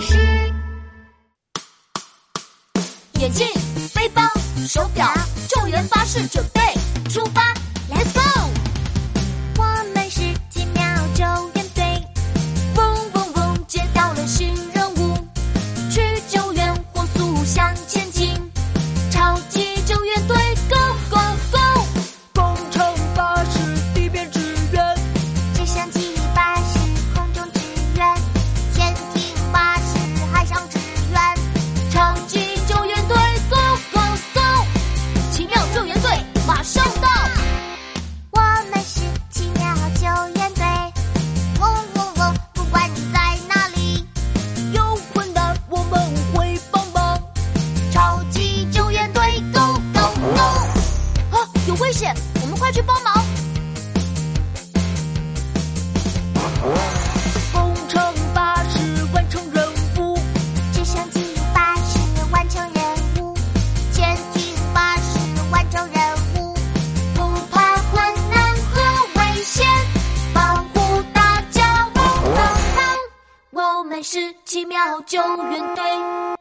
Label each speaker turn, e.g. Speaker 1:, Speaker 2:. Speaker 1: 师。
Speaker 2: 眼镜、背包、手表，救援巴士准备出发，Let's go！
Speaker 1: 我们是奇妙救援队，
Speaker 2: 嗡嗡嗡，接到了新任务，去救援火速向前进，超级救援队，Go Go Go！
Speaker 3: 工程巴士地面支援，
Speaker 1: 直升机巴士空中支援，潜艇巴士海上支援。
Speaker 2: 超级救援队，Go Go Go！奇妙救援队马上到，
Speaker 1: 我们是奇妙救援队，嗡嗡嗡，不管你在哪里，
Speaker 3: 有困难我们会帮忙。
Speaker 2: 超级救援队，Go Go Go！啊，有危险，我们快去帮忙！
Speaker 3: 工程巴士完成任务，
Speaker 1: 直升机巴士完成任务，潜艇巴士完成任务，
Speaker 2: 不怕困难和危险，保护大家。我们是奇妙救援队。